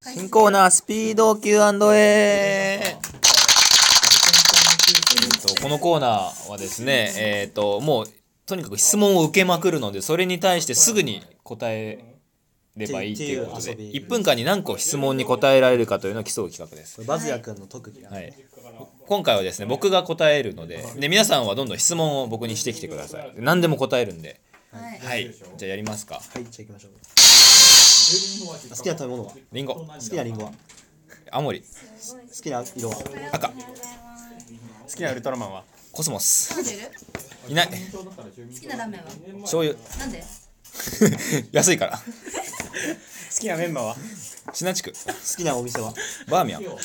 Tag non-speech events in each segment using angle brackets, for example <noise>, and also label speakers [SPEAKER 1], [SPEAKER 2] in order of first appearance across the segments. [SPEAKER 1] 新コーナースピード Q&A このコーナーはですねえっ、ともうとにかく質問を受けまくるのでそれに対してすぐに答えればいいっていうことで
[SPEAKER 2] っていう遊び
[SPEAKER 1] 1分間に何個質問に答えられるかというのを競う企画です、
[SPEAKER 2] これバズヤ君の特技だ、
[SPEAKER 1] はい、今回はですね僕が答えるのでで皆さんはどんどん質問を僕にしてきてください何でも答えるんで
[SPEAKER 3] はい。
[SPEAKER 1] はいじゃあやりますか
[SPEAKER 2] はい、じゃあ行きましょう。好きな食べ物は好
[SPEAKER 1] リンゴ
[SPEAKER 2] きなリンゴは
[SPEAKER 1] 青森
[SPEAKER 2] 好きな色は
[SPEAKER 1] 赤好
[SPEAKER 4] 好きなウルトラマンは
[SPEAKER 1] コスモス
[SPEAKER 3] 飲んでる
[SPEAKER 1] いない
[SPEAKER 3] 好きなラーメンは
[SPEAKER 1] 醤油 <laughs>
[SPEAKER 3] なんで
[SPEAKER 1] 安いから
[SPEAKER 4] 好きなメンバーは
[SPEAKER 1] シナ地区
[SPEAKER 2] 好きなお店 <laughs> は
[SPEAKER 1] バーミヤン
[SPEAKER 4] 好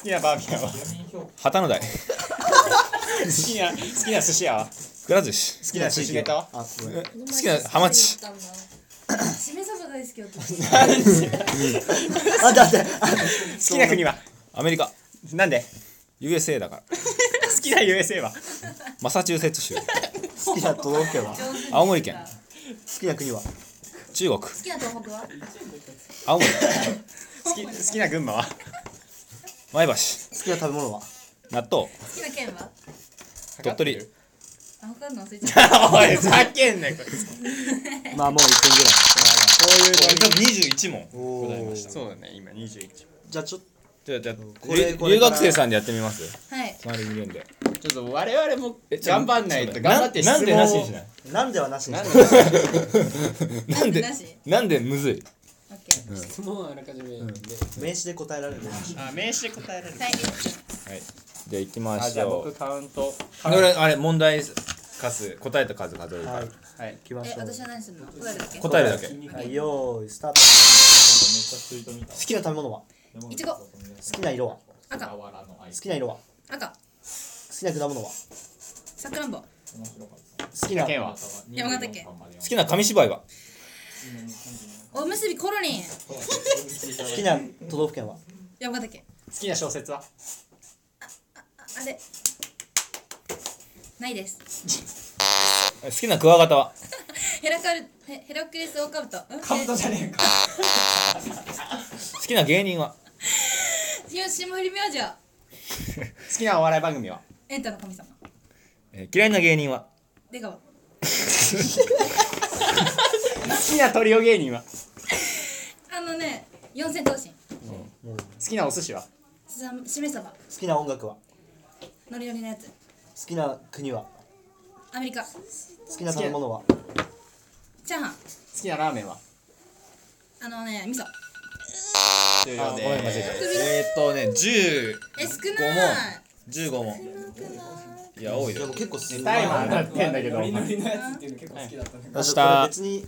[SPEAKER 4] きなバービーは好
[SPEAKER 1] 旗の台
[SPEAKER 4] きな好きな寿司屋は好
[SPEAKER 1] くら寿司
[SPEAKER 4] きな寿司ネタは
[SPEAKER 2] あ、すごい。
[SPEAKER 1] 好きなハマ
[SPEAKER 3] <laughs>
[SPEAKER 1] チ
[SPEAKER 3] しめ鯖大好きよ
[SPEAKER 2] あ、だって、あ
[SPEAKER 4] 好きな国は
[SPEAKER 1] アメリカ
[SPEAKER 4] なんで
[SPEAKER 1] USA だから
[SPEAKER 4] 好きな USA は
[SPEAKER 1] マサチューセッツ州
[SPEAKER 2] 好きな都道府県は好
[SPEAKER 1] 青森県
[SPEAKER 3] 好
[SPEAKER 2] きな国は
[SPEAKER 1] 中国
[SPEAKER 3] きな東北は
[SPEAKER 1] 青森
[SPEAKER 4] 好き好きな群馬は
[SPEAKER 1] 前橋
[SPEAKER 2] 好きな食べ物は
[SPEAKER 1] 納豆
[SPEAKER 3] 好きな
[SPEAKER 4] <laughs>
[SPEAKER 3] 県は
[SPEAKER 1] 鳥取
[SPEAKER 3] あ、わかんの忘れちゃった。
[SPEAKER 4] おいふざけんなよこいつこ
[SPEAKER 2] まあもう一点ぐらいう
[SPEAKER 4] いう
[SPEAKER 1] 多分21問
[SPEAKER 2] おー
[SPEAKER 1] 答えました
[SPEAKER 4] そうだね今21
[SPEAKER 2] じゃあちょっ
[SPEAKER 1] じゃあじゃあ
[SPEAKER 2] これ
[SPEAKER 1] 留
[SPEAKER 2] これ
[SPEAKER 1] 留学生さんでやってみます
[SPEAKER 3] はい。
[SPEAKER 1] 隣にいるんで
[SPEAKER 4] ちょっと我々も
[SPEAKER 1] ちょ
[SPEAKER 4] 頑張んないと
[SPEAKER 1] そうだ
[SPEAKER 4] 頑張って質
[SPEAKER 1] なん
[SPEAKER 4] 問
[SPEAKER 1] でなしにしない
[SPEAKER 2] となんではなしに
[SPEAKER 4] な
[SPEAKER 2] し
[SPEAKER 4] ん
[SPEAKER 2] て
[SPEAKER 4] で
[SPEAKER 1] なんで
[SPEAKER 3] なし
[SPEAKER 1] なんでむずい
[SPEAKER 3] オッケー。
[SPEAKER 4] 質問はあらかじめ
[SPEAKER 2] 名刺で答えられる
[SPEAKER 4] あ名刺で答えられる
[SPEAKER 3] は
[SPEAKER 1] は
[SPEAKER 3] い。
[SPEAKER 1] いじゃあ行きま
[SPEAKER 4] あ
[SPEAKER 1] し
[SPEAKER 4] じゃあ
[SPEAKER 1] ょ
[SPEAKER 4] 僕
[SPEAKER 1] う
[SPEAKER 4] カウント
[SPEAKER 1] これあれ問題数答えた数数えるから、
[SPEAKER 2] はい、行
[SPEAKER 4] はい
[SPEAKER 2] きまし、
[SPEAKER 3] え
[SPEAKER 2] ょう
[SPEAKER 3] 私は何するの答えるだけ
[SPEAKER 1] 答えるだけ
[SPEAKER 2] はい、よーい、スタート好きな食べ物は
[SPEAKER 3] イチゴ、
[SPEAKER 2] 好きな色は好
[SPEAKER 3] 赤、
[SPEAKER 2] きな色は好
[SPEAKER 3] 赤、
[SPEAKER 2] きな果物は
[SPEAKER 3] さくらんぼ、
[SPEAKER 2] 好きな
[SPEAKER 4] 県は
[SPEAKER 3] 山形県、
[SPEAKER 1] 好きな紙芝居は
[SPEAKER 3] おむすびコロリン、
[SPEAKER 2] 好きな都道府県は
[SPEAKER 3] 山形県。
[SPEAKER 4] 好きな小説は
[SPEAKER 3] あ、あれ。ないです。
[SPEAKER 1] 好きなクワガタは
[SPEAKER 3] ヘラカル、ヘヘラクレスオオカブト。うん
[SPEAKER 4] カウントじゃねえか
[SPEAKER 1] 好きな芸人は
[SPEAKER 3] よし、霜降り明星。
[SPEAKER 4] 好きなお笑い番組は
[SPEAKER 3] エンタの神様。
[SPEAKER 1] えー嫌いな芸人は
[SPEAKER 3] 出川。
[SPEAKER 4] 好きなトリオ芸人は
[SPEAKER 3] あのね、四千頭身。
[SPEAKER 4] 好きなお寿司は
[SPEAKER 3] さしめ鯖。
[SPEAKER 2] 好きな音楽は
[SPEAKER 3] ノリノリのやつ。
[SPEAKER 2] 好きな国は
[SPEAKER 3] アメリカ。
[SPEAKER 2] 好きな食べ物は
[SPEAKER 3] チャーハン。
[SPEAKER 4] 好きなラーメンは
[SPEAKER 3] あのね、味噌。
[SPEAKER 1] 終
[SPEAKER 4] 了です
[SPEAKER 1] えーっとね10
[SPEAKER 3] え、少
[SPEAKER 1] 五
[SPEAKER 3] ない。
[SPEAKER 1] 15問いや多い
[SPEAKER 2] いや
[SPEAKER 1] よ
[SPEAKER 2] もう結構す
[SPEAKER 4] タイマーなってんだけど
[SPEAKER 5] ノリノリのやつっていうの結構好きだったね。
[SPEAKER 1] 明
[SPEAKER 2] これ
[SPEAKER 1] 日
[SPEAKER 2] 別に